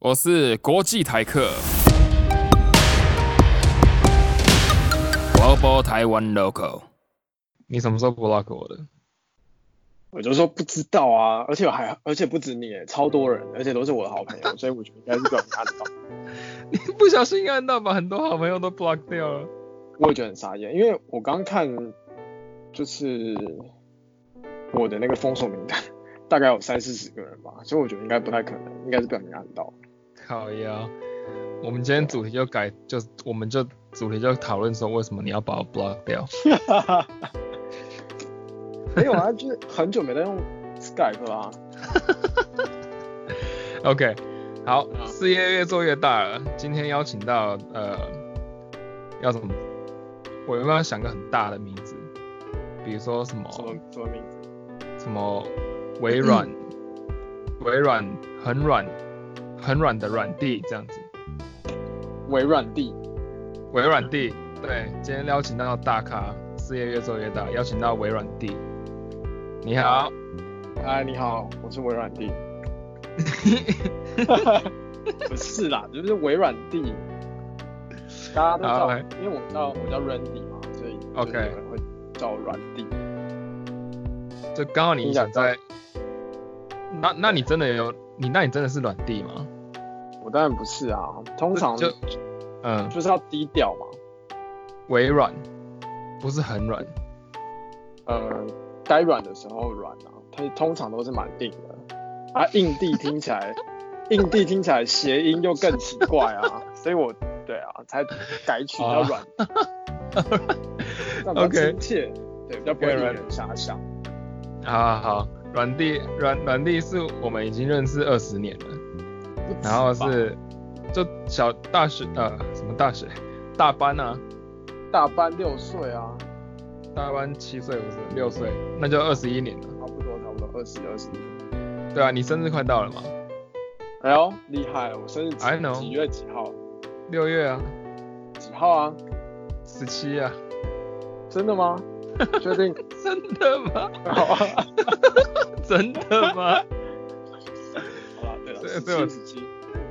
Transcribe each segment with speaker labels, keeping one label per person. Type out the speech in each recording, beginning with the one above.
Speaker 1: 我是国际台客。我播台湾 local，
Speaker 2: 你什么时候 block 我的？
Speaker 3: 我就说不知道啊，而且我还而且不止你耶，超多人，而且都是我的好朋友，所以我觉得应该是被我们按到。
Speaker 2: 你不小心按到把很多好朋友都 block 掉了。
Speaker 3: 我也觉得很傻眼，因为我刚看就是我的那个封锁名单，大概有三四十个人吧，所以我觉得应该不太可能，应该是被我们按到。
Speaker 2: 靠呀！我们今天主题就改，就我们就主题就讨论说为什么你要把我 block 掉。
Speaker 3: 没有啊，就是很久没在用 Skype 啊啦、
Speaker 2: OK，好，事业越做越大了。今天邀请到呃，要怎么？我有没有想个很大的名字？比如说什么
Speaker 3: 什么什么名字？
Speaker 2: 什么微 软，微软很软，很软的软地这样子。
Speaker 3: 微软地，
Speaker 2: 微软地，对，今天邀请到大咖，事业越做越大，邀请到微软地。你好，
Speaker 3: 哎，你好，我是微软地。 不是啦，就是微软地，大家都叫
Speaker 2: 好
Speaker 3: 我
Speaker 2: 来，
Speaker 3: 因为我叫我叫 Randy 嘛，所以就是
Speaker 2: OK
Speaker 3: 有人会叫我软地。
Speaker 2: 就刚好你以前在，那那你真的有你那你真的是软地吗？
Speaker 3: 我当然不是啊，通常
Speaker 2: 就
Speaker 3: 就
Speaker 2: 嗯，
Speaker 3: 是要低调嘛，
Speaker 2: 微软，不是很软。
Speaker 3: 呃，该软的时候软啊，它通常都是蛮硬的。啊，硬地听 起来，硬地听起来谐音又更奇怪啊，所以我对啊，才改取叫软， 这样比较
Speaker 2: 哦 OK
Speaker 3: 亲切，对，比较不会令人遐想。
Speaker 2: 好好好，软地软软地是我们已经认识二十年了，
Speaker 3: 不止
Speaker 2: 然后
Speaker 3: 吧
Speaker 2: 是就小大学呃什么大学大班啊，
Speaker 3: 大班六岁啊，
Speaker 2: 大班七岁不是六岁，那就二十一年了。
Speaker 3: 差不多差不多二十二十。
Speaker 2: 对啊，你生日快到了嘛？
Speaker 3: 哎呦，厉害了！我生日几
Speaker 2: I know
Speaker 3: 几月几号？
Speaker 2: 六月啊，
Speaker 3: 几号啊？
Speaker 2: 十七啊，
Speaker 3: 真的 吗？确定？
Speaker 2: 真的吗？
Speaker 3: 好啊，
Speaker 2: 真的 吗？
Speaker 3: 好啦，对了，
Speaker 2: 对
Speaker 3: 十
Speaker 2: 对我
Speaker 3: 七十七。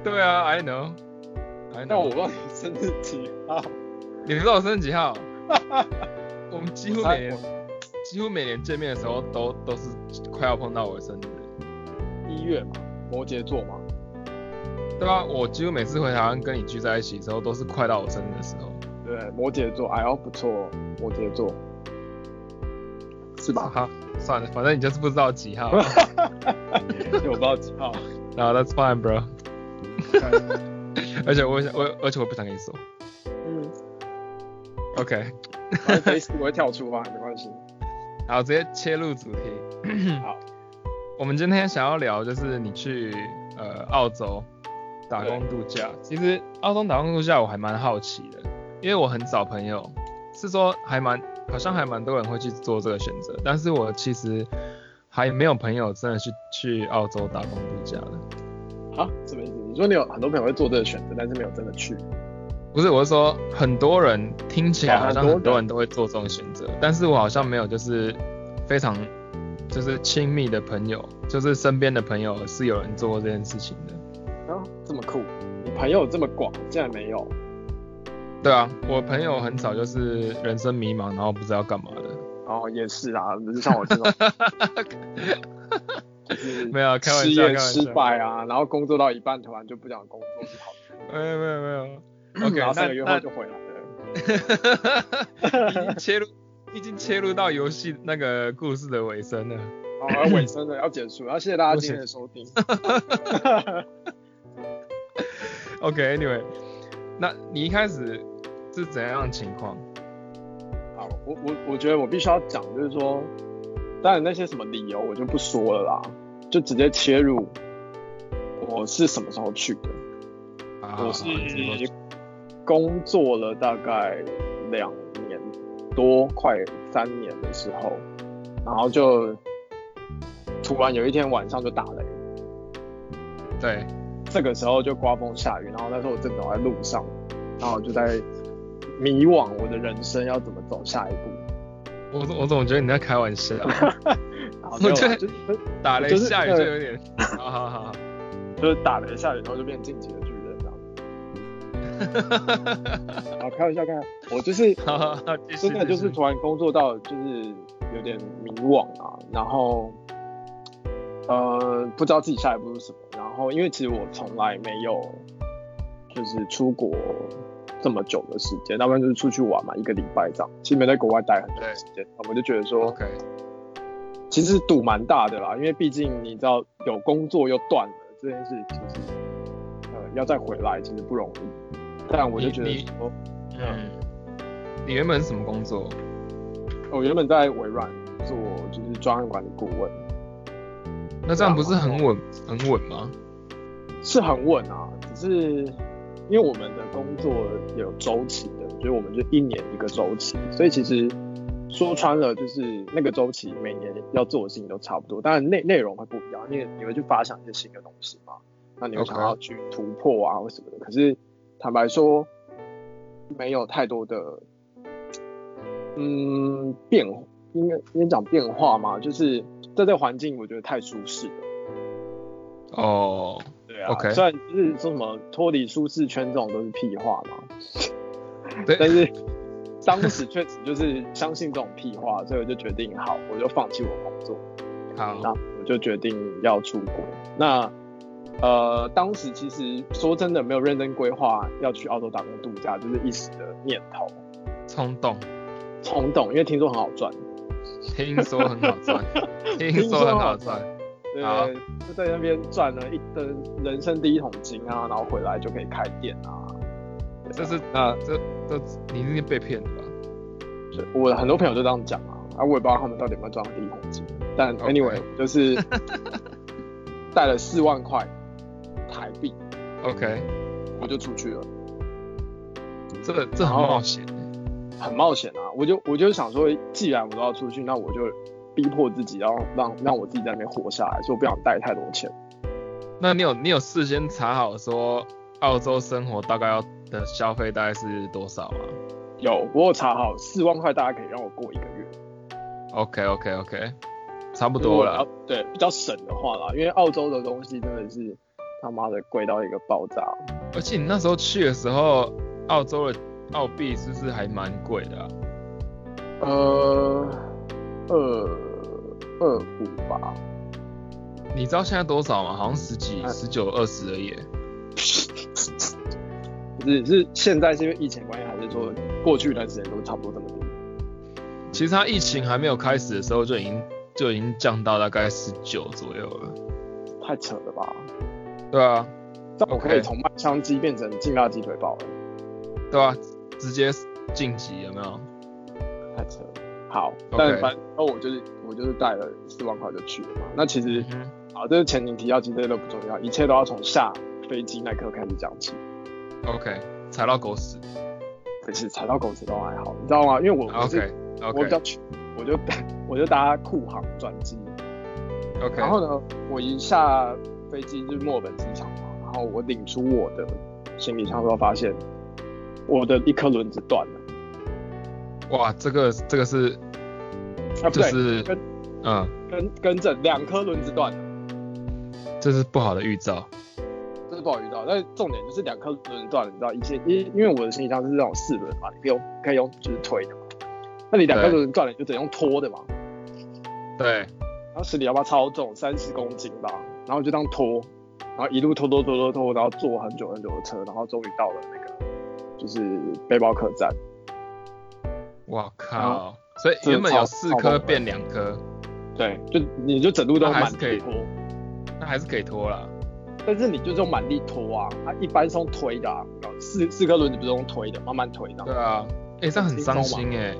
Speaker 2: 对啊，I know。I
Speaker 3: 那我
Speaker 2: know。
Speaker 3: 问你生日几号？
Speaker 2: 你知道我生日几 号？我们几乎每
Speaker 3: 我
Speaker 2: 年
Speaker 3: 猜
Speaker 2: 几乎每年见面的时候都都是快要碰到我的生日。
Speaker 3: 我一月嘛，摩羯座嘛。
Speaker 2: 对啊，我几乎每次回台湾跟你聚在一起的时候，都是快到我生日的时候。
Speaker 3: 对，摩羯座，哎呦不错，摩羯座，是
Speaker 2: 哈
Speaker 3: 吧？
Speaker 2: 哈，算了，反正你就是不知道几
Speaker 3: 啊
Speaker 2: 号。
Speaker 3: 因为我不知道几号。
Speaker 2: 然后 That's fine, bro。而且 我想我而且我不想跟你说。
Speaker 3: 嗯，
Speaker 2: OK，
Speaker 3: 反正 Facebook 会跳出吧，没关系。
Speaker 2: 好，直接切入主题。
Speaker 3: 好，
Speaker 2: 我们今天想要聊就是你去呃澳洲打工度假。其实澳洲打工度假我还蛮好奇的，因为我很少朋友，是说还蛮好像还蛮多人会去做这个选择，但是我其实还没有朋友真的去去澳洲打工度假的。
Speaker 3: 啊，什么意思？你说你有很多朋友会做这个选择，但是没有真的去。
Speaker 2: 不是，我是说很多人听起来
Speaker 3: 哦
Speaker 2: 好像
Speaker 3: 很多
Speaker 2: 很多人都会做这种选择，但是我好像没有就是非常就是亲密的朋友，就是身边的朋友是有人做过这件事情的。
Speaker 3: 啊，这么酷，你朋友这么广，竟然没有。
Speaker 2: 对啊，我朋友很少就是人生迷茫，然后不知道干嘛的。
Speaker 3: 哦，也是啦，不是像我 这种
Speaker 2: 没有，啊开玩
Speaker 3: 事
Speaker 2: 笑，开玩
Speaker 3: 业失
Speaker 2: 笑。
Speaker 3: 败啊，然后工作到一半突然就不想工作就跑去，
Speaker 2: 没有没有没有。OK，
Speaker 3: 然后三
Speaker 2: 那
Speaker 3: 个月后就回来了。
Speaker 2: 那 已经切入，已经切入到游戏那个故事的尾声了。
Speaker 3: 好，哦要 尾声了，要结束了，要谢谢大家今天的收听。
Speaker 2: OK，Anyway，、那你一开始是怎样的情况？
Speaker 3: 好，我我我觉得我必须要讲，就是说，当然那些什么理由我就不说了啦，就直接切入，我是什么时候去的？
Speaker 2: 啊
Speaker 3: 我是
Speaker 2: 怎么说
Speaker 3: 工作了大概两年多，快三年的时候，然后就突然有一天晚上就打雷，
Speaker 2: 对，
Speaker 3: 这个时候就刮风下雨，然后那时候我正走在路上，然后我就在迷惘我的人生要怎么走下一步，
Speaker 2: 我总我总觉得你在开玩笑，
Speaker 3: 然后就
Speaker 2: 我觉得
Speaker 3: 就
Speaker 2: 打雷
Speaker 3: 就是呃
Speaker 2: 下雨
Speaker 3: 那
Speaker 2: 就
Speaker 3: 个
Speaker 2: 有点，好好好，
Speaker 3: 就是打了一下以后就变晋级的巨人这样子。 啊，开玩笑，开玩笑，我就是
Speaker 2: 好好好，继续
Speaker 3: 真的就
Speaker 2: 继
Speaker 3: 是
Speaker 2: 续
Speaker 3: 突然工作到就是有点迷惘啊，然后呃不知道自己下一步是什么，然后因为其实我从来没有就是出国这么久的时间，要不然就是出去玩嘛，一个礼拜这样，其实没在国外待很久的时间，我就觉得说
Speaker 2: OK，
Speaker 3: 其实赌蛮大的啦，因为毕竟你知道有工作又断了这件事情，其实呃要再回来其实不容易，但我就觉得
Speaker 2: 你你
Speaker 3: 说，
Speaker 2: 嗯，你原本是什么工作？
Speaker 3: 我哦原本在微软做就是专案管理顾问。
Speaker 2: 那这样不是很稳很稳吗？
Speaker 3: 是很稳啊，只是因为我们的工作有周期的，所以我们就一年一个周期，所以其实说穿了就是那个周期每年要做的事情都差不多，当然内内容会不一样，因为你会去发想一些新的东西嘛，那你会想
Speaker 2: OK
Speaker 3: 要去突破啊或什么的。可是坦白说，没有太多的嗯变，应该应该讲变化嘛，就是在这个环境我觉得太舒适了。
Speaker 2: 哦，
Speaker 3: 对啊
Speaker 2: OK
Speaker 3: 虽然就是说什么脱离舒适圈这种都是屁话嘛，但
Speaker 2: 对，
Speaker 3: 是当时确实就是相信这种屁话，所以我就决定好，我就放弃我工作，那
Speaker 2: 好，
Speaker 3: 我就决定要出国。那呃，当时其实说真的没有认真规划要去澳洲打工度假，就是一时的念头
Speaker 2: 冲动，
Speaker 3: 冲动，因为听说很好赚。
Speaker 2: 听说很好赚，听说很好赚，
Speaker 3: 对
Speaker 2: 好，
Speaker 3: 就在那边赚了一的人生第一桶金啊，然后回来就可以开店啊。对啊
Speaker 2: 这是
Speaker 3: 那
Speaker 2: 这这你是被骗的吧？
Speaker 3: 就我很多朋友就这样讲啊，啊，我也不知道他们到底有没有赚到第一桶金，但
Speaker 2: OK
Speaker 3: anyway 就是带了四万块台币，
Speaker 2: OK，
Speaker 3: 我就出去了，
Speaker 2: 这个这很冒险欸，
Speaker 3: 很冒险啊！我就我就想说，既然我都要出去，那我就逼迫自己要让让我自己在那边活下来，所以我不想带太多钱。
Speaker 2: 那你有你有事先查好说澳洲生活大概要的消费大概是多少吗
Speaker 3: 有，我有查好四万块，大概可以让我过一个月，
Speaker 2: ？OK OK OK，差不
Speaker 3: 不
Speaker 2: 多了。。
Speaker 3: 对，比较省的话啦，因为澳洲的东西真的是他妈的贵到一个爆炸。
Speaker 2: 而且你那时候去的时候，澳洲的澳币是不是还蛮贵的啊？
Speaker 3: 呃，二二五吧，
Speaker 2: 你知道现在多少吗？好像十几、
Speaker 3: 啊
Speaker 2: 十九、二十而已欸。
Speaker 3: 不是是现在是因为疫情关系，还是说过去一段时间都差不多这么低？
Speaker 2: 其实它疫情还没有开始的时候就已经就已经降到大概十九左右了。
Speaker 3: 太扯了吧！
Speaker 2: 对啊，
Speaker 3: 但我可以
Speaker 2: OK
Speaker 3: 从麦香鸡变成劲辣鸡腿堡了，
Speaker 2: 对啊，直接晋级有没有？
Speaker 3: 太扯了。好
Speaker 2: OK
Speaker 3: 但反正哦，我就是我就是带了四万块就去了嘛。那其实
Speaker 2: 嗯
Speaker 3: 啊，这是前情提要，其实这些都不重要，一切都要从下飞机那一刻开始讲起。
Speaker 2: OK，踩到狗屎。
Speaker 3: 可是踩到狗屎都还好，你知道吗？因为我我是
Speaker 2: OK
Speaker 3: 我比
Speaker 2: OK
Speaker 3: 较穷，我就我就搭库航转机，
Speaker 2: OK，
Speaker 3: 然后呢，我一下飞机就是墨尔本机场嘛，然后我领出我的行李箱之后，发现我的一颗轮子断了。
Speaker 2: 哇，这个这个是
Speaker 3: 啊，
Speaker 2: 这
Speaker 3: 不对，
Speaker 2: 是
Speaker 3: 跟
Speaker 2: 嗯，
Speaker 3: 跟跟正两颗轮子断了，
Speaker 2: 这是不好的预兆。
Speaker 3: 这是不好遇到。但是重点就是两颗轮子断了，你知道，一些因因为我的行李箱是那种四轮嘛，你可以用可以用就是推的嘛。那你两颗
Speaker 2: 对
Speaker 3: 轮子断了，你就只能用拖的嘛。
Speaker 2: 对，
Speaker 3: 然后行李要不要超重，三十公斤吧，然后就这样拖，然后一路拖拖拖拖拖，然后坐很久很久的车，然后终于到了那个就是背包客栈。
Speaker 2: 我
Speaker 3: 然
Speaker 2: 靠！所以
Speaker 3: 这
Speaker 2: 原本有
Speaker 3: 超
Speaker 2: 四
Speaker 3: 超
Speaker 2: 颗
Speaker 3: 崩溃
Speaker 2: 变两颗，
Speaker 3: 对，就你就整路都
Speaker 2: 那还
Speaker 3: 满
Speaker 2: 是可以
Speaker 3: 地拖，
Speaker 2: 那还是可以拖啦。
Speaker 3: 但是你就是用满地拖啊，它一般是用推的、啊，然后四四颗轮子不是用推的，慢慢推的。
Speaker 2: 对啊，哎，这样很伤心哎，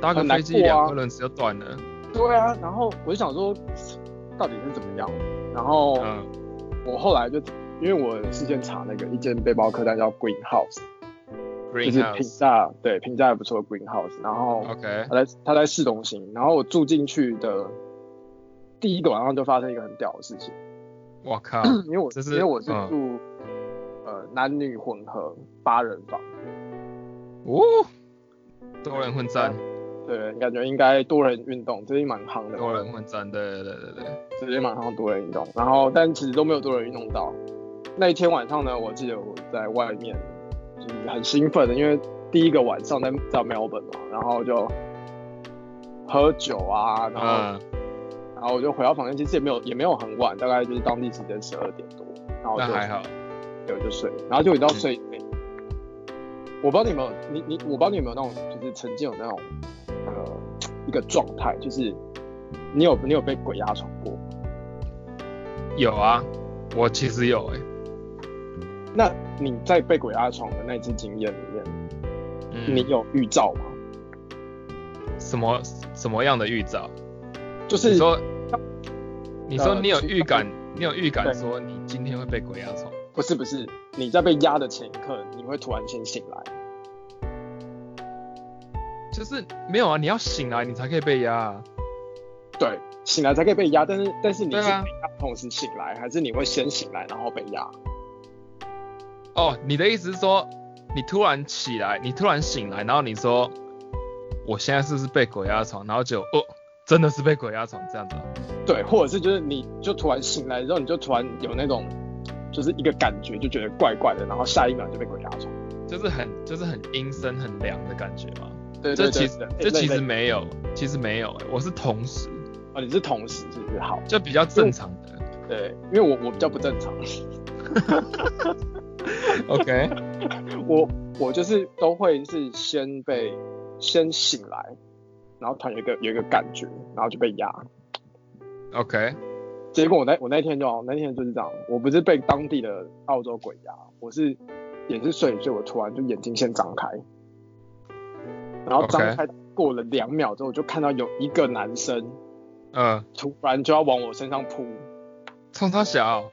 Speaker 2: 搭个
Speaker 3: 很难
Speaker 2: 飞机
Speaker 3: 过啊
Speaker 2: 两颗轮子就断了。
Speaker 3: 对啊，然后我就想说，到底是怎么样？然后
Speaker 2: 嗯
Speaker 3: 我后来就因为我事先查那个一间背包客栈叫 Green House，就是评
Speaker 2: ，Greenhouse。嗯
Speaker 3: 价对评价还不错的 Green House，然后
Speaker 2: OK，
Speaker 3: 它在它在市中心，然后我住进去的第一个晚上就发生一个很屌的事情，
Speaker 2: 我 靠，
Speaker 3: 因为我
Speaker 2: 这是
Speaker 3: 因为我是
Speaker 2: 嗯
Speaker 3: 住、呃男女混合八人房，
Speaker 2: 哦，多人混战，
Speaker 3: 对，感觉应该多人运动，最近蛮夯的，
Speaker 2: 多人混战，对对对对对，
Speaker 3: 最近蛮夯多人运动，然后但其实都没有多人运动到，那一天晚上呢，我记得我在外面就是很兴奋的，因为第一个晚上在在 Melbourne 嘛，然后就喝酒啊，然后、
Speaker 2: 嗯，
Speaker 3: 然后我就回到房间，其实也没有也没有很晚，大概就是当地时间十二点多，然后我
Speaker 2: 那
Speaker 3: 就
Speaker 2: 还好，
Speaker 3: 对，我就睡，然后就一
Speaker 2: 嗯
Speaker 3: 到睡眠。我不知道你有没有，你你我不知道你有没有那种，就是曾经有那种呃一个状态，就是你有你有被鬼压床过？
Speaker 2: 有啊，我其实有哎、
Speaker 3: 那你在被鬼压床的那一次经验里面，
Speaker 2: 嗯，
Speaker 3: 你有预兆吗？
Speaker 2: 什么什么样的预兆？
Speaker 3: 就是
Speaker 2: 你说，你说
Speaker 3: 呃
Speaker 2: 你有
Speaker 3: 其
Speaker 2: 预感，你有预感
Speaker 3: 对
Speaker 2: 说你今天会被鬼压床？
Speaker 3: 不是不是，你在被压的前一刻，你会突然先醒来。
Speaker 2: 就是没有啊，你要醒来你才可以被压啊。
Speaker 3: 对，醒来才可以被压，但是但是你是
Speaker 2: 对啊
Speaker 3: 被压同时醒来，还是你会先醒来然后被压？
Speaker 2: 哦，你的意思是说，你突然起来，你突然醒来，然后你说，我现在是不是被鬼压床？然后就哦，真的是被鬼压床这样子啊、
Speaker 3: 对，或者是就是你就突然醒来之后，你就突然有那种就是一个感觉，就觉得怪怪的，然后下一秒就被鬼压床。
Speaker 2: 就是很就是很阴森很凉的感觉嘛。
Speaker 3: 对
Speaker 2: 这
Speaker 3: 对
Speaker 2: 其
Speaker 3: 对
Speaker 2: 实
Speaker 3: 对，
Speaker 2: 这其
Speaker 3: 类
Speaker 2: 实
Speaker 3: 类
Speaker 2: 没有，其实没有、欸，我是同时，
Speaker 3: 哦，你是同时是不是？好，
Speaker 2: 就比较正常的。
Speaker 3: 对，因为我我比较不正常，
Speaker 2: OK，
Speaker 3: 我我就是都会是先被先醒来，然后突然有一个有一个感觉，然后就被压。
Speaker 2: OK，
Speaker 3: 结果我那我那天就好那天就是这样，我不是被当地的澳洲鬼压，我是也是睡一睡，我突然就眼睛先张开，然后张
Speaker 2: OK
Speaker 3: 开过了两秒之后，我就看到有一个男生
Speaker 2: 嗯，
Speaker 3: 突然就要往我身上扑，
Speaker 2: 冲他小，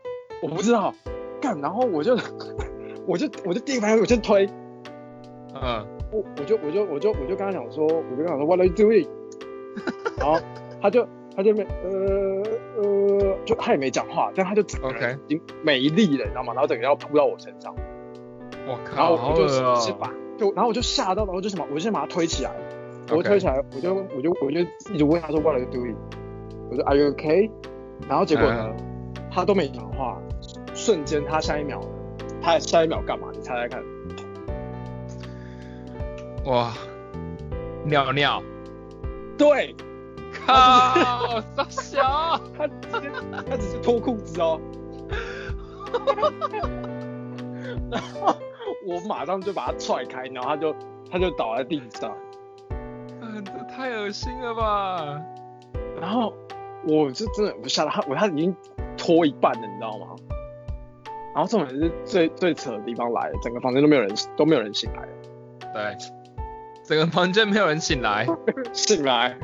Speaker 3: 我不知道干，然后我就 我就我就第一个反应我先推，
Speaker 2: 嗯，
Speaker 3: 我我就我就我就我就跟他讲说，我就跟他讲说 What are you doing？然后他就他就没呃呃，就他也没讲话，但他就整个
Speaker 2: OK
Speaker 3: 人已经没力了，你知道吗？然后整个要扑到我身上，
Speaker 2: 我
Speaker 3: 然
Speaker 2: 靠，
Speaker 3: 后
Speaker 2: 好
Speaker 3: 我就
Speaker 2: 恶
Speaker 3: 先
Speaker 2: 哦、
Speaker 3: 先把就然后我就吓到了，我就什么，我就先把他推起来，我就
Speaker 2: OK
Speaker 3: 推起来，我就我就我就一直问他说 What are you doing？我说 Are you okay？然后结果
Speaker 2: 嗯
Speaker 3: 呢，他都没讲话，瞬间他下一秒，他下一秒干嘛？你猜猜看？
Speaker 2: 哇，尿尿，
Speaker 3: 对，
Speaker 2: 靠， 傻小，
Speaker 3: 他直接他只是脱裤子哦。然后我马上就把他踹开，然后他就他就倒在地上，
Speaker 2: 嗯，这太恶心了吧？
Speaker 3: 然后我就真的我吓到他，我他已经脱一半了，你知道吗？然后重点是最最扯的地方来了，整个房间都没有人都没有人醒来，
Speaker 2: 对，整个房间没有人醒来，
Speaker 3: 醒来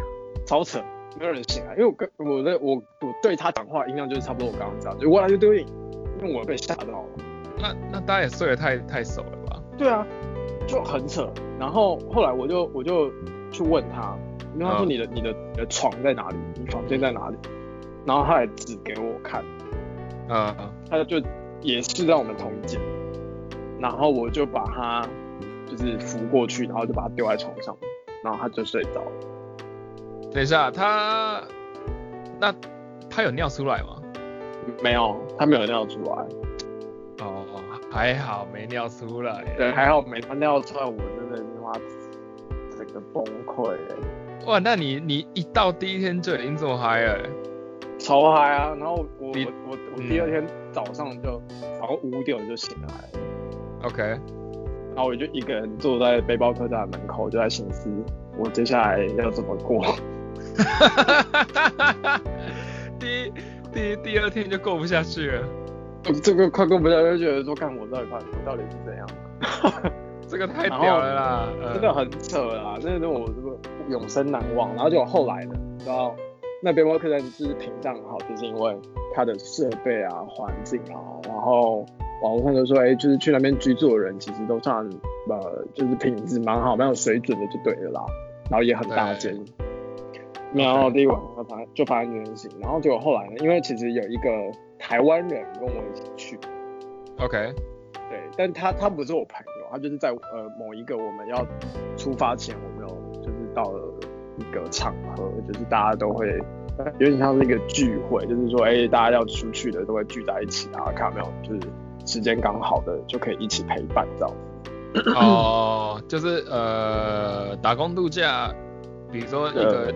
Speaker 3: 超扯，没有人醒来，因为我跟我的我我对他讲话音量就是差不多我刚刚这样，就 What are you doing？因为我被吓到了。
Speaker 2: 那那大家也睡得太太熟了吧？
Speaker 3: 对啊，就很扯。然后后来我就我就去问他，因为他说
Speaker 2: 嗯
Speaker 3: 你的、你的你的床在哪里，你房间在哪里，然后他也指给我看，
Speaker 2: 嗯，
Speaker 3: 他就也是在我们同一间，然后我就把他就是扶过去，然后就把他丢在床上，然后他就睡着了。
Speaker 2: 等一下，他那他有尿出来吗？
Speaker 3: 没有，他没有尿出来。
Speaker 2: 哦，还好没尿出来。
Speaker 3: 对，还好没他尿出来，我真的他妈整个崩溃欸、
Speaker 2: 哇，那你你一到第一天就已经这么嗨了欸，
Speaker 3: 超嗨啊！然后我我
Speaker 2: 你
Speaker 3: 我我
Speaker 2: 嗯
Speaker 3: 第二天早上就早上五点我就醒来了，
Speaker 2: ？OK，
Speaker 3: 然后我就一个人坐在背包客栈门口，就在寻思我接下来要怎么过。
Speaker 2: 第一第一第二天就过不下去了，
Speaker 3: 我 这个快过不掉，就觉得说，看我到底快，我到底是怎样，
Speaker 2: 这个太屌了啦！呃
Speaker 3: 真的很扯啦，真的是我这个永生难忘。然后就后来呢，你知道那背包客栈就是屏障好，就是因为它的设备啊、环境啊，然后网络上就说，哎、就是去那边居住的人其实都算呃，就是品质蛮好、蛮有水准的，就对了啦。然后也很大
Speaker 2: 对
Speaker 3: 间，然后第一晚上反就发生这件事情，然后结果后来呢，因为其实有一个台湾人跟我一起去，
Speaker 2: OK，
Speaker 3: 对，但他他不是我朋友，他就是在呃某一个我们要出发前，我们有就是到了一个场合，就是大家都会呃有点像是一个聚会，就是说哎、大家要出去的都会聚在一起啊，看有没有就是时间刚好的就可以一起陪伴这样。
Speaker 2: 哦，就是呃，打工度假，比如说一个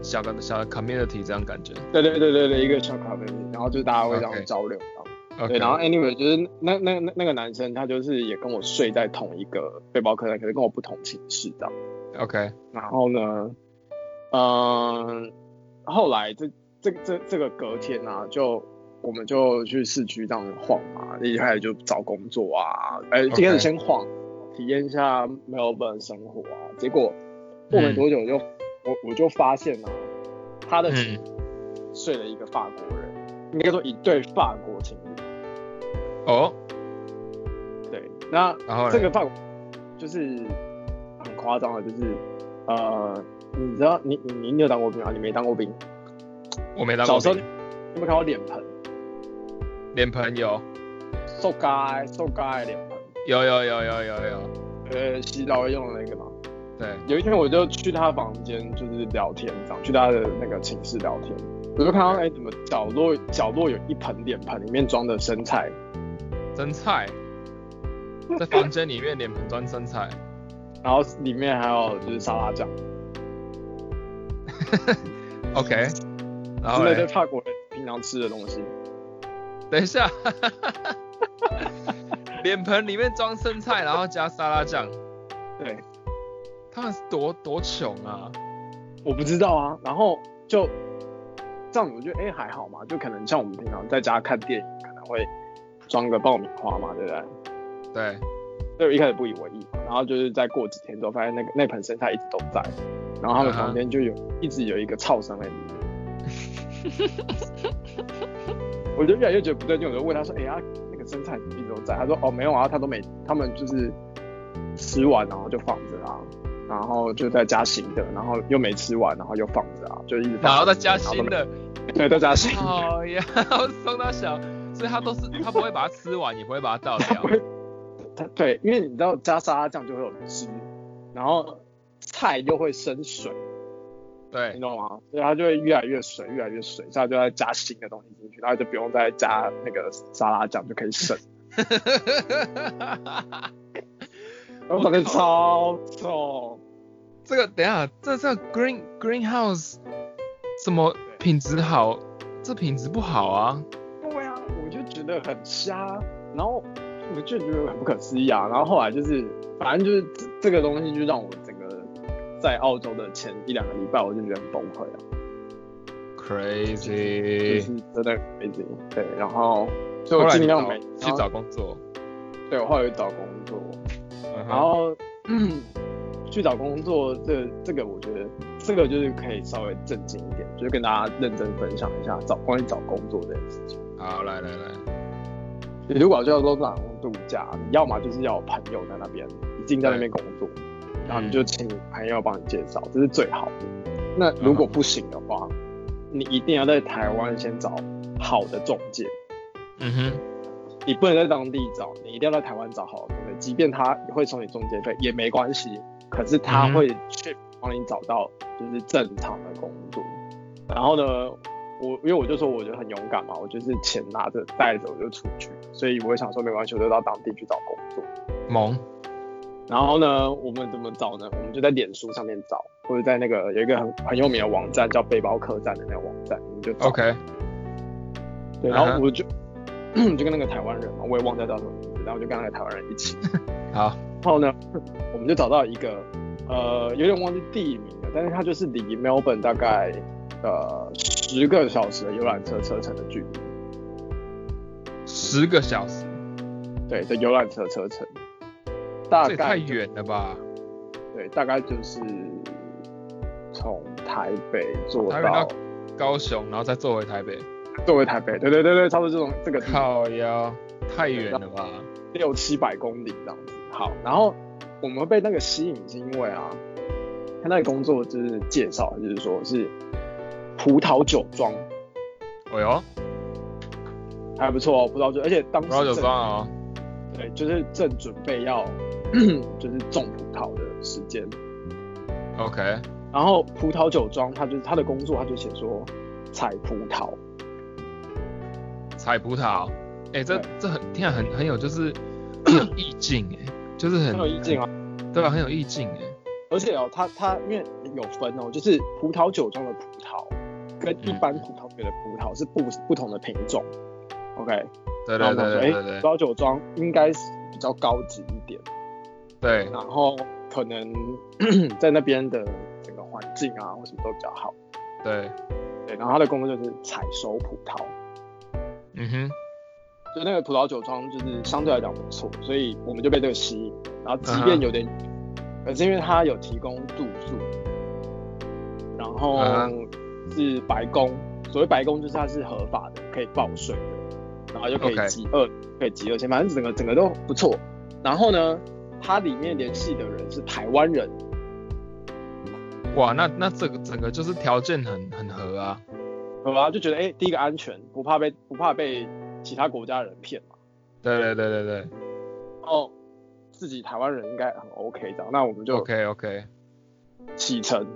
Speaker 2: 小的小的 community 这样感觉。
Speaker 3: 对对对对对，一个小咖啡厅，然后就大家会这样
Speaker 2: OK
Speaker 3: 交流这样。
Speaker 2: OK，
Speaker 3: 对，然后 anyway 就是那那那那个男生他就是也跟我睡在同一个背包客栈，可是跟我不同寝室这样。
Speaker 2: OK，
Speaker 3: 然后呢，嗯，后来这这这这个隔天啊，就我们就去市区这样晃嘛，一开始就找工作啊，呃，一
Speaker 2: OK
Speaker 3: 开始先晃，体验一下 Melbourne 生活啊。结果
Speaker 2: 嗯
Speaker 3: 过没多久就、我我就发现啊，他的情
Speaker 2: 嗯
Speaker 3: 侣睡了一个法国人，应该说一对法国情侣。
Speaker 2: 哦，
Speaker 3: 对，那
Speaker 2: 然后呢
Speaker 3: 这个法国就是很夸张的，就是呃，你知道你你你你有当过兵啊？你没当过兵？
Speaker 2: 我没当过
Speaker 3: 小时候
Speaker 2: 兵
Speaker 3: 你有没有看过脸盆？
Speaker 2: 脸盆有，
Speaker 3: 瘦该瘦该脸盆，
Speaker 2: 有有有有有有，
Speaker 3: 呃，洗澡会用的那个嘛。
Speaker 2: 对，
Speaker 3: 有一天我就去他房间，就是聊天这样，去他的那个寝室聊天，我就看到哎、怎么角落角落有一盆脸盆，里面装的生菜，
Speaker 2: 生菜，在房间里面脸盆装生菜，
Speaker 3: 然后里面还有就是沙拉酱，
Speaker 2: OK，然
Speaker 3: 之
Speaker 2: 后
Speaker 3: 类
Speaker 2: 嘞
Speaker 3: 的法国人平常吃的东西。
Speaker 2: 等一下，脸盆里面装生菜，然后加沙拉酱，
Speaker 3: 对，
Speaker 2: 他们是多多穷啊！
Speaker 3: 我不知道啊，然后就这样，我觉得哎、诶还好嘛，就可能像我们平常在家看电影，可能会装个爆米花嘛，对不对？
Speaker 2: 对，
Speaker 3: 所以我一开始不以为意，然后就是在过几天之后，发现那个那盆生菜一直都在，然后他们
Speaker 2: 嗯哼
Speaker 3: 房间就有、一直有一个噪声在里面。 我就越来越觉得不对劲，我就问他说：“哎、呀、那个生菜一直都在。”他说：“哦，没有啊，他都没，他们就是吃完然后就放着啊，然后就在加新的，然后又没吃完，然后又放着啊，就一直放着
Speaker 2: 然后再加新，
Speaker 3: 然
Speaker 2: 的，
Speaker 3: 后都没对，再加新的，
Speaker 2: 哦呀，送到小，所以他都是他不会把它吃完，也不会把它倒掉
Speaker 3: 不。会，它对，因为你知道加沙拉酱就会有汁，然后菜又会生水，你
Speaker 2: 对，
Speaker 3: 懂吗？所以它就会越来越水，越来越水，所以它就要加新的东西进去，然后就不用再加那个沙拉酱就可以省。然后反正超重，
Speaker 2: 这个等一下，这这个 green greenhouse 什么品质好？这品质不好啊！
Speaker 3: 对啊，我就觉得很瞎，然后我就觉得很不可思议啊。然后后来就是，反正就是这这个东西就让我整个在澳洲的前一两个礼拜，我就觉得很崩溃啊。就是
Speaker 2: Crazy，
Speaker 3: 真的 crazy。对，然后所
Speaker 2: 嗯
Speaker 3: 以
Speaker 2: 后
Speaker 3: 我
Speaker 2: 来
Speaker 3: 尽
Speaker 2: 你
Speaker 3: 量
Speaker 2: 找
Speaker 3: 没
Speaker 2: 去找，工作，
Speaker 3: 对我后来有找工作，
Speaker 2: 然
Speaker 3: 然后、 嗯、去找工作，这这个我觉得这个就是可以稍微正经一点，就是跟大家认真分享一下找关于找工作这件事情。
Speaker 2: 好来来来，
Speaker 3: 你如果要说打工度假，你要么就是要有朋友在那边，已经在那边工作，
Speaker 2: 嗯
Speaker 3: 然后你就请你朋友帮你介绍，这是最好的。那如果不行的话，你一定要在台湾先找好的中介。
Speaker 2: 嗯哼，
Speaker 3: 你不能在当地找，你一定要在台湾找好的中介，即便他会收你中介费也没关系，可是他会去帮你找到就是正常的工作。然后呢，我因为我就说我觉得很勇敢嘛，我就是钱拿着带着我就出去，所以我也想说没关系，我就到当地去找工作。
Speaker 2: 萌，
Speaker 3: 然后呢，我们怎么找呢？我们就在脸书上面找，或者在那个有一个很很有名的网站叫背包客栈的那个网站，我们就找。
Speaker 2: OK，
Speaker 3: 对，然
Speaker 2: 嗯
Speaker 3: 后
Speaker 2: 哼
Speaker 3: 我就、 就跟那个台湾人嘛，我也忘记叫什么名字，然后我就跟那个台湾人一起。
Speaker 2: 好，
Speaker 3: 然后呢， 我们就找到一个呃，有点忘记地名了，但是它就是离 Melbourne 大概呃十个小时的游览车车程的距离。
Speaker 2: 十个小时，
Speaker 3: 对，的游览车车程，大
Speaker 2: 这也太
Speaker 3: 概就
Speaker 2: 远了吧？
Speaker 3: 对，大概就是从台北坐
Speaker 2: 台北
Speaker 3: 到
Speaker 2: 到高雄，然后再坐回台北，
Speaker 3: 坐回台北，对对对对，差不多这种这个地方
Speaker 2: 靠腰，太远了吧？
Speaker 3: 六七百公里这样子。好，然后我们被那个吸引是因为啊，他那个工作就是介绍，就是说是葡萄酒庄。
Speaker 2: 哎呦，
Speaker 3: 还不错哦，葡萄酒，而且当时
Speaker 2: 葡萄酒
Speaker 3: 正
Speaker 2: 庄哦，
Speaker 3: 对，就是正准备要 就是种葡萄的时间。
Speaker 2: OK，
Speaker 3: 然后葡萄酒庄，他就是他的工作，他就写说采葡萄，
Speaker 2: 采葡萄，哎、这
Speaker 3: 对
Speaker 2: 这很听起来很很有就是 很有意境哎、就是很
Speaker 3: 很有意境啊。
Speaker 2: 对啊，很有意境哎、
Speaker 3: 而且哦，它它因为有分哦，就是葡萄酒中的葡萄跟一般
Speaker 2: 嗯
Speaker 3: 葡萄酒的葡萄是不不同的品种。OK，
Speaker 2: 对
Speaker 3: 然
Speaker 2: 对
Speaker 3: 后
Speaker 2: 对
Speaker 3: 我想
Speaker 2: 对
Speaker 3: 说，
Speaker 2: 对对
Speaker 3: 哎，葡萄酒庄应该是比较高级一点，
Speaker 2: 对，
Speaker 3: 然后可能 在那边的整个环境啊或什么都比较好。
Speaker 2: 对，
Speaker 3: 对，然后他的工作就是采收葡萄，
Speaker 2: 嗯哼，
Speaker 3: 就那个葡萄酒庄就是相对来讲不错，所以我们就被这个吸引。然后即
Speaker 2: 嗯
Speaker 3: 便
Speaker 2: 哼
Speaker 3: 有点，可是因为它有提供住宿，然后
Speaker 2: 嗯
Speaker 3: 是白宫，所谓白宫就是它是合法的，可以报税的，然后又可以
Speaker 2: OK
Speaker 3: 集二可以集二千，反正整个整个都不错。然后呢，它里面联系的人是台湾人，
Speaker 2: 哇，那那这个整个就是条件很很合啊，
Speaker 3: 好吧，就觉得哎、诶第一个安全，不怕被不怕被其他国家人骗嘛，
Speaker 2: 对对对对
Speaker 3: 然后自己台湾人应该很 OK 这样，那我们
Speaker 2: 对
Speaker 3: 就
Speaker 2: ，OK OK，
Speaker 3: 启程，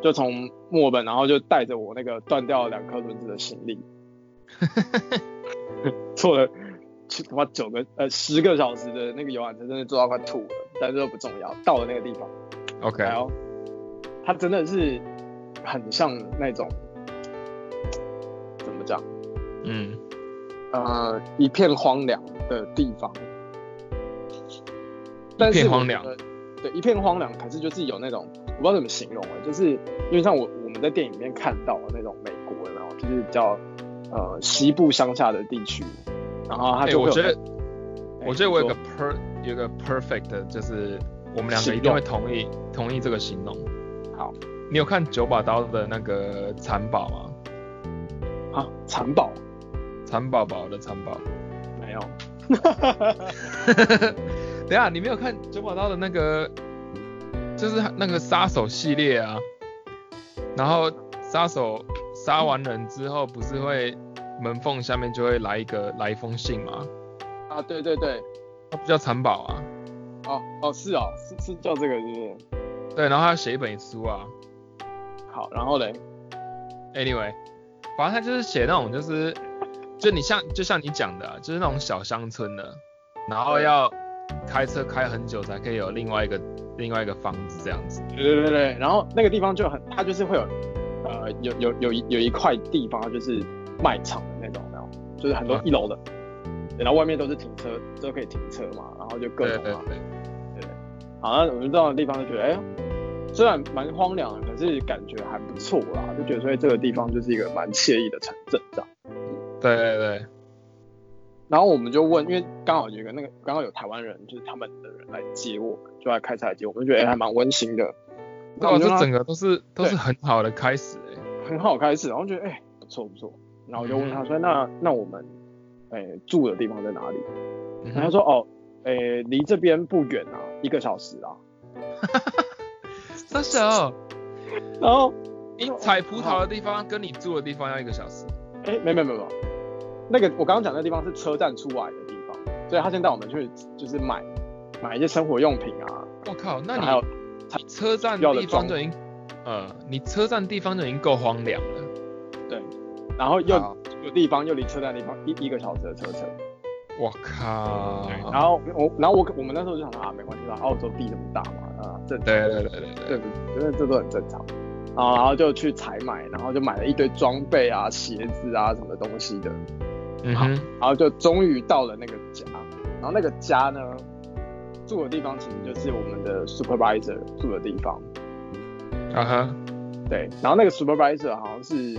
Speaker 3: 就从墨尔本，然后就带着我那个断掉了两颗轮子的行李， 坐了去他妈九个呃十个小时的那个游览车，真的坐到快吐了，但是都不重要。到了那个地方，
Speaker 2: OK，
Speaker 3: 然后它真的是很像那种怎么讲，
Speaker 2: 嗯，
Speaker 3: 呃，一片荒凉的地方，但是
Speaker 2: 一片
Speaker 3: 我
Speaker 2: 荒凉
Speaker 3: 觉得，对，一片荒凉。可是就是有那种，我不知道怎么形容哎，就是因为像我我们在电影里面看到的那种美国，然后就是比较呃西部乡下的地区，然后它
Speaker 2: 哎、
Speaker 3: 就会
Speaker 2: 我
Speaker 3: 有
Speaker 2: 觉
Speaker 3: 那
Speaker 2: 得
Speaker 3: 种、
Speaker 2: 我觉得我有
Speaker 3: 你
Speaker 2: 个
Speaker 3: 说
Speaker 2: per 有个 perfect，的就是我们两个
Speaker 3: 行
Speaker 2: 一定
Speaker 3: 动
Speaker 2: 会同意同意这个形容。
Speaker 3: 好，
Speaker 2: 你有看九把刀的那个蚕宝吗？
Speaker 3: 啊蚕宝
Speaker 2: 蚕宝宝的蚕宝。
Speaker 3: 没有，
Speaker 2: 等一下，你没有看九把刀的那个，就是那个杀手系列啊。然后杀手杀完人之后，不是会门缝下面就会来一个来一封信吗？
Speaker 3: 啊对对对，
Speaker 2: 它不叫蚕宝啊。
Speaker 3: 哦哦是哦是是叫这个是不是？
Speaker 2: 对，然后他写一本书啊。
Speaker 3: 好，然后嘞
Speaker 2: Anyway，反正他就是写那种就是，就你像就像你讲的、啊，就是那种小乡村的，然后
Speaker 3: 对
Speaker 2: 要开车开很久才可以有另外一个另外一个房子这样子。
Speaker 3: 对对对对，然后那个地方就很，它就是会有，呃，有有有一有一块地方它就是卖场的那种，然后就是很多
Speaker 2: 嗯
Speaker 3: 一楼的，对然后外面都是停车，都可以停车嘛，然后就各
Speaker 2: 对
Speaker 3: 种
Speaker 2: 对
Speaker 3: 嘛，
Speaker 2: 对，
Speaker 3: 好，那我们到的地方就觉得，哎、虽然蛮荒凉的，可是感觉还不错啦，就觉得所以这个地方就是一个蛮惬意的城镇这样。
Speaker 2: 对对对，
Speaker 3: 然后我们就问，因为刚好有一个那个刚好有台湾人，就是他们的人来接我们，就来开车来接我们，就觉得、哎还蛮温馨的。
Speaker 2: 对
Speaker 3: 我
Speaker 2: 啊，
Speaker 3: 们就
Speaker 2: 这
Speaker 3: 让他
Speaker 2: 整个都是都是很好的开始哎、
Speaker 3: 很好开始，然后觉得哎、不错不错，然后我就
Speaker 2: 嗯
Speaker 3: 问他说、那那我们哎、住的地方在哪里？
Speaker 2: 嗯
Speaker 3: 然后他
Speaker 2: 哼
Speaker 3: 说哦哎离、这边不远啊，一个小时啊。
Speaker 2: 三小，
Speaker 3: 然后
Speaker 2: 哦你采葡萄的地方跟你住的地方要一个小时。
Speaker 3: 哎、没没没没，那个我刚刚讲的地方是车站出来的地方，所以他先带我们去就是买买一些生活用品啊，
Speaker 2: 我靠，那
Speaker 3: 然后还有
Speaker 2: 你你车站
Speaker 3: 要的
Speaker 2: 地方
Speaker 3: 装
Speaker 2: 就已经，呃，你车站地方就已经够荒凉了。
Speaker 3: 然后又
Speaker 2: 好
Speaker 3: 有地方又离车站的地方一一个小时的车程。
Speaker 2: 我靠。
Speaker 3: 然后我然后我我们那时候就想说啊没关系啦，澳洲地这么大嘛啊这
Speaker 2: 对对对对对
Speaker 3: 对，真的这都很正常。啊，然后就去采买，然后就买了一堆装备啊、鞋子啊什么东西的，
Speaker 2: 嗯哼。
Speaker 3: 然后就终于到了那个家。然后那个家呢，住的地方其实就是我们的 supervisor 住的地方，
Speaker 2: 啊哈，
Speaker 3: 对。然后那个 supervisor 好像是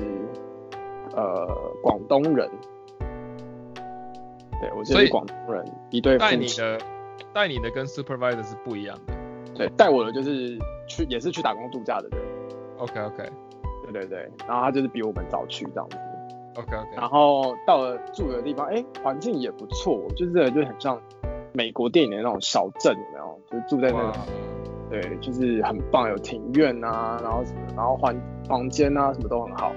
Speaker 3: 呃广东人，对我记得
Speaker 2: 所以
Speaker 3: 是广东人，一对
Speaker 2: 带
Speaker 3: 夫
Speaker 2: 你
Speaker 3: 妻，
Speaker 2: 的带你的跟 supervisor 是不一样的。
Speaker 3: 对，带我的就是去也是去打工度假的人，
Speaker 2: OK OK
Speaker 3: 对对对。然后他就是比我们早去这样子。
Speaker 2: OK OK，
Speaker 3: 然后到了住的地方，哎，环境也不错，就是真的就很像美国电影的那种小镇，有没有？就是住在那
Speaker 2: 哇
Speaker 3: 种，对，就是很棒，有庭院啊，然后什么，然后环房间啊，什么都很好。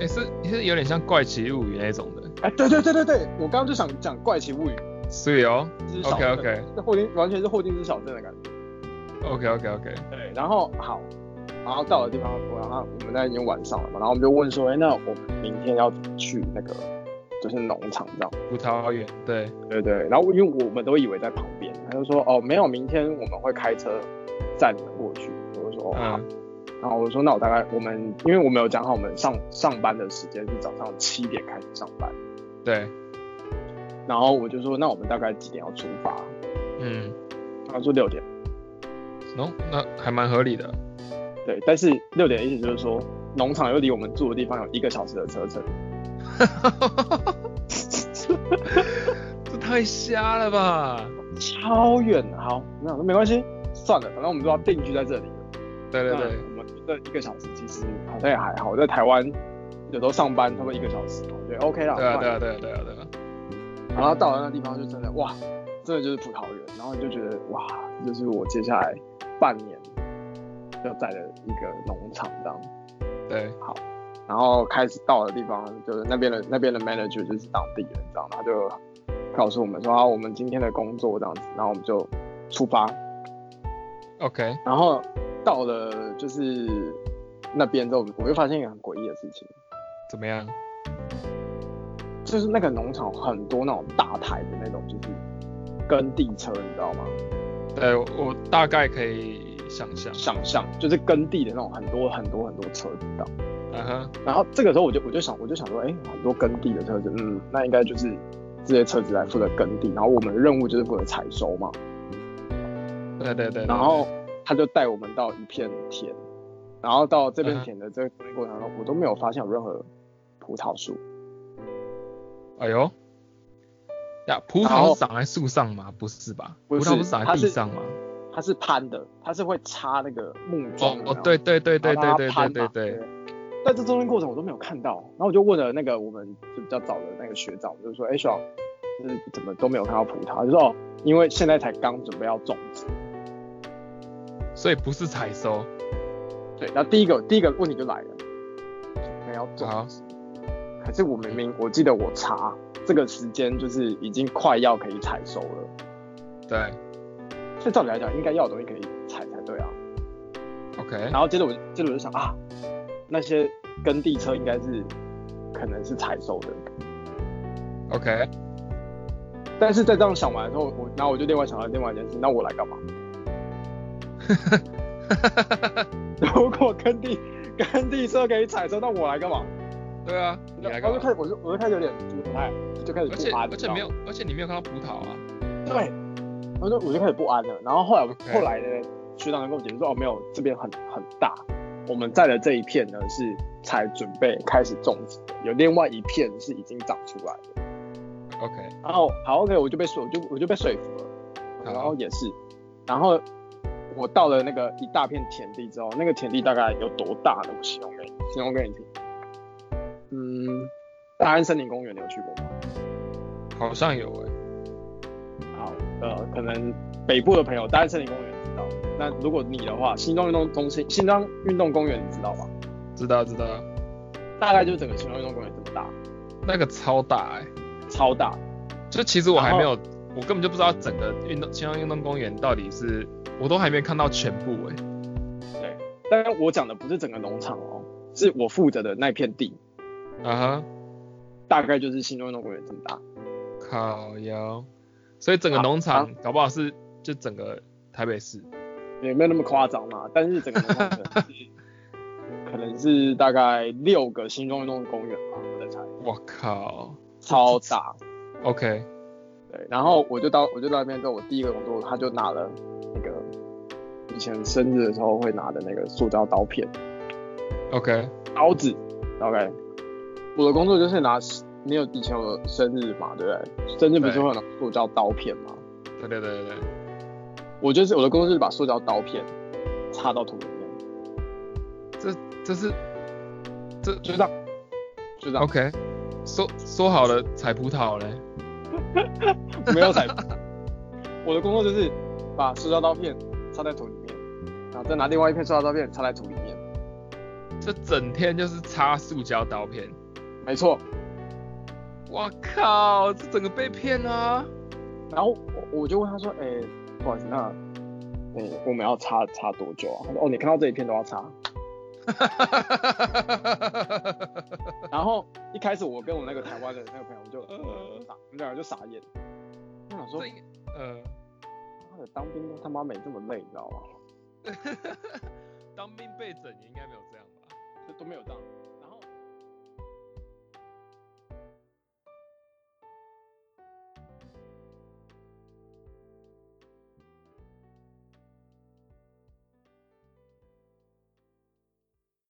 Speaker 2: 哎、是是有点像怪奇物语那种的，
Speaker 3: 哎，对对对对对，我刚刚就想讲《怪奇物语》，
Speaker 2: 所以哦
Speaker 3: 就是小
Speaker 2: ，OK
Speaker 3: 镇
Speaker 2: OK
Speaker 3: 这霍金完全是霍金斯小镇的感觉。
Speaker 2: OK OK OK，
Speaker 3: 对，然后好，然后到了地方，然后我们那已经晚上了嘛，然后我们就问说，哎，那我们明天要怎么去那个就是农场这样。
Speaker 2: 葡萄园，对，
Speaker 3: 对对，然后因为我们都以为在旁边，他就说哦没有，明天我们会开车载你们过去。我就说哦好，
Speaker 2: 嗯
Speaker 3: 然后我说那我大概我们因为我们有讲好我们上上班的时间是早上七点开始上班，
Speaker 2: 对，
Speaker 3: 然后我就说那我们大概几点要出发？
Speaker 2: 嗯，
Speaker 3: 他说六点，
Speaker 2: 哦，那还蛮合理的，
Speaker 3: 对，但是六点的意思就是说农场又离我们住的地方有一个小时的车程，
Speaker 2: 这太瞎了吧？
Speaker 3: 超远。好，那我说没关系，算了，反正我们都要定居在这里了。
Speaker 2: 对对
Speaker 3: 那
Speaker 2: 对，
Speaker 3: 我们这一个小时其实好像也还好，我在台湾有时候上班差不多一个小时，我觉得 OK 啦。
Speaker 2: 对啊
Speaker 3: 算
Speaker 2: 对啊
Speaker 3: 了
Speaker 2: 对啊对啊对啊，
Speaker 3: 然后到了那地方就真的哇，真的就是葡萄园，然后你就觉得哇，这就是我接下来半年要在的一个农场这样。
Speaker 2: 对，
Speaker 3: 然后开始到的地方，就是那边的那边的 manager 就是当地人，这样，他就告诉我们说啊，我们今天的工作这样子，然后我们就出发，
Speaker 2: OK，
Speaker 3: 然后到了就是那边之后，我就发现一个很诡异的事情，
Speaker 2: 怎么样？
Speaker 3: 就是那个农场很多那种大台的那种，就是耕地车，你知道吗？
Speaker 2: 对我我大概可以想象，
Speaker 3: 想象就是耕地的那种很多很多很多车子这样。
Speaker 2: 嗯哼，
Speaker 3: 然后这个时候我就我就想我就想说，哎、很多耕地的车子，嗯，那应该就是这些车子来负责耕地，然后我们的任务就是负责采收嘛。
Speaker 2: 对对对对，
Speaker 3: 然后他就带我们到一片田，然后到
Speaker 2: 嗯
Speaker 3: 这片
Speaker 2: 哼
Speaker 3: 田的这个过程中，我都没有发现有任何葡萄树，
Speaker 2: 哎呦，呀，葡
Speaker 3: 然
Speaker 2: 萄
Speaker 3: 后
Speaker 2: 是长在树上吗？不是吧？
Speaker 3: 不
Speaker 2: 葡
Speaker 3: 是
Speaker 2: 萄不是长在
Speaker 3: 它
Speaker 2: 地
Speaker 3: 是
Speaker 2: 上吗？
Speaker 3: 它是攀的，它是会插那个木桩
Speaker 2: 哦
Speaker 3: 有没有。
Speaker 2: 哦，对对对对
Speaker 3: 然
Speaker 2: 对
Speaker 3: 后
Speaker 2: 对
Speaker 3: 让它
Speaker 2: 对对
Speaker 3: 攀嘛
Speaker 2: 对，
Speaker 3: 但这中间过程我都没有看到，然后我就问了那个我们就比较早的那个学长，我就是说，哎、学长，就是怎么都没有看到葡萄？他就说，哦，因为现在才刚准备要种植。
Speaker 2: 所以不是采收，
Speaker 3: 对，然后第一个第一个问题就来了，没有种
Speaker 2: 好
Speaker 3: 植，可是我明明我记得我查这个时间就是已经快要可以采收了，
Speaker 2: 对
Speaker 3: 所以照理来讲应该要的东西可以采才对啊。
Speaker 2: ，OK，
Speaker 3: 然后接着我就接着我就想啊，那些耕地车应该是可能是采收的，
Speaker 2: OK，
Speaker 3: 但是在这样想完之后，我然后我就另外想到另外一件事，那我来干嘛？ 如果耕地耕地车可以采收，那我来干嘛？
Speaker 2: 对啊，你来
Speaker 3: 然
Speaker 2: 干嘛
Speaker 3: 后就开？始我就我就开始有点就是不太就开始
Speaker 2: 而且
Speaker 3: 不安，
Speaker 2: 而且没有，而且你没有看到葡萄啊，
Speaker 3: 你知道吗对，然后就我就开始不安了。然后后来我
Speaker 2: OK
Speaker 3: 后来呢，学长就跟我解释说，哦没有，这边很很大，我们在的这一片呢是才准备开始种植的，有另外一片是已经长出来的。
Speaker 2: OK，
Speaker 3: 然后好 OK，我就被说，我就我就被说服了，
Speaker 2: 好
Speaker 3: 然后也是，然后我到了那个一大片田地之后，那个田地大概有多大呢？我形容给你，形容给你听。嗯，大安森林公园你有去过吗？
Speaker 2: 好像有欸诶、
Speaker 3: 好，呃，可能北部的朋友，大安森林公园知道。那如果你的话，新庄运动中心、新庄运动公园你知道吗？
Speaker 2: 知道知道，
Speaker 3: 大概就是整个新庄运动公园这么大，
Speaker 2: 那个超大诶、欸
Speaker 3: 超大。
Speaker 2: 就其实我还
Speaker 3: 然后
Speaker 2: 没有，我根本就不知道整个运动青阳运动公园到底是，我都还没看到全部欸诶、
Speaker 3: 当然我讲的不是整个农场哦，是我负责的那片地，
Speaker 2: 啊哈，
Speaker 3: 大概就是新庄运动公园这么大。
Speaker 2: 靠腰，所以整个
Speaker 3: 好
Speaker 2: 农场搞不好是就整个台北市，
Speaker 3: 也没有那么夸张啦，但是整个农场可能是可能是大概六个新庄运动公园吧，我在猜，
Speaker 2: 我靠
Speaker 3: 超大。
Speaker 2: ，OK，
Speaker 3: 对，然后我就到我就到那边之后，我第一个工作他就拿了那个以前生日的时候会拿的那个塑胶刀片
Speaker 2: OK，
Speaker 3: 刀子，OK。我的工作就是拿，你有以前有生日嘛，对不对？生日不是会有那种塑胶刀片吗？
Speaker 2: 对对对对对，
Speaker 3: 我就是我的工作就是把塑胶刀片插到土里面，
Speaker 2: 这这是这
Speaker 3: 就这样，就这样。
Speaker 2: OK，说说好了采葡萄嘞，
Speaker 3: 没有彩。 我的工作就是把塑胶刀片插在土里面，然后再拿另外一片塑胶刀片插在土里面。
Speaker 2: 这整天就是插塑胶刀片，
Speaker 3: 没错。
Speaker 2: 我靠，这整个被骗啊！
Speaker 3: 然后我我就问他说：“哎、嗯不好意思，那哎、我们要插插多久啊？”他说：“哦，你看到这一片都要插。”然后一开始我跟我那个台湾的那个朋友就
Speaker 2: 呃
Speaker 3: 傻，我们两个就傻眼，我想说
Speaker 2: 这，应呃，
Speaker 3: 妈的，当兵都他妈没这么累，你知道吗？
Speaker 2: 当兵被整也应该没有这样吧？
Speaker 3: 就都没有这样，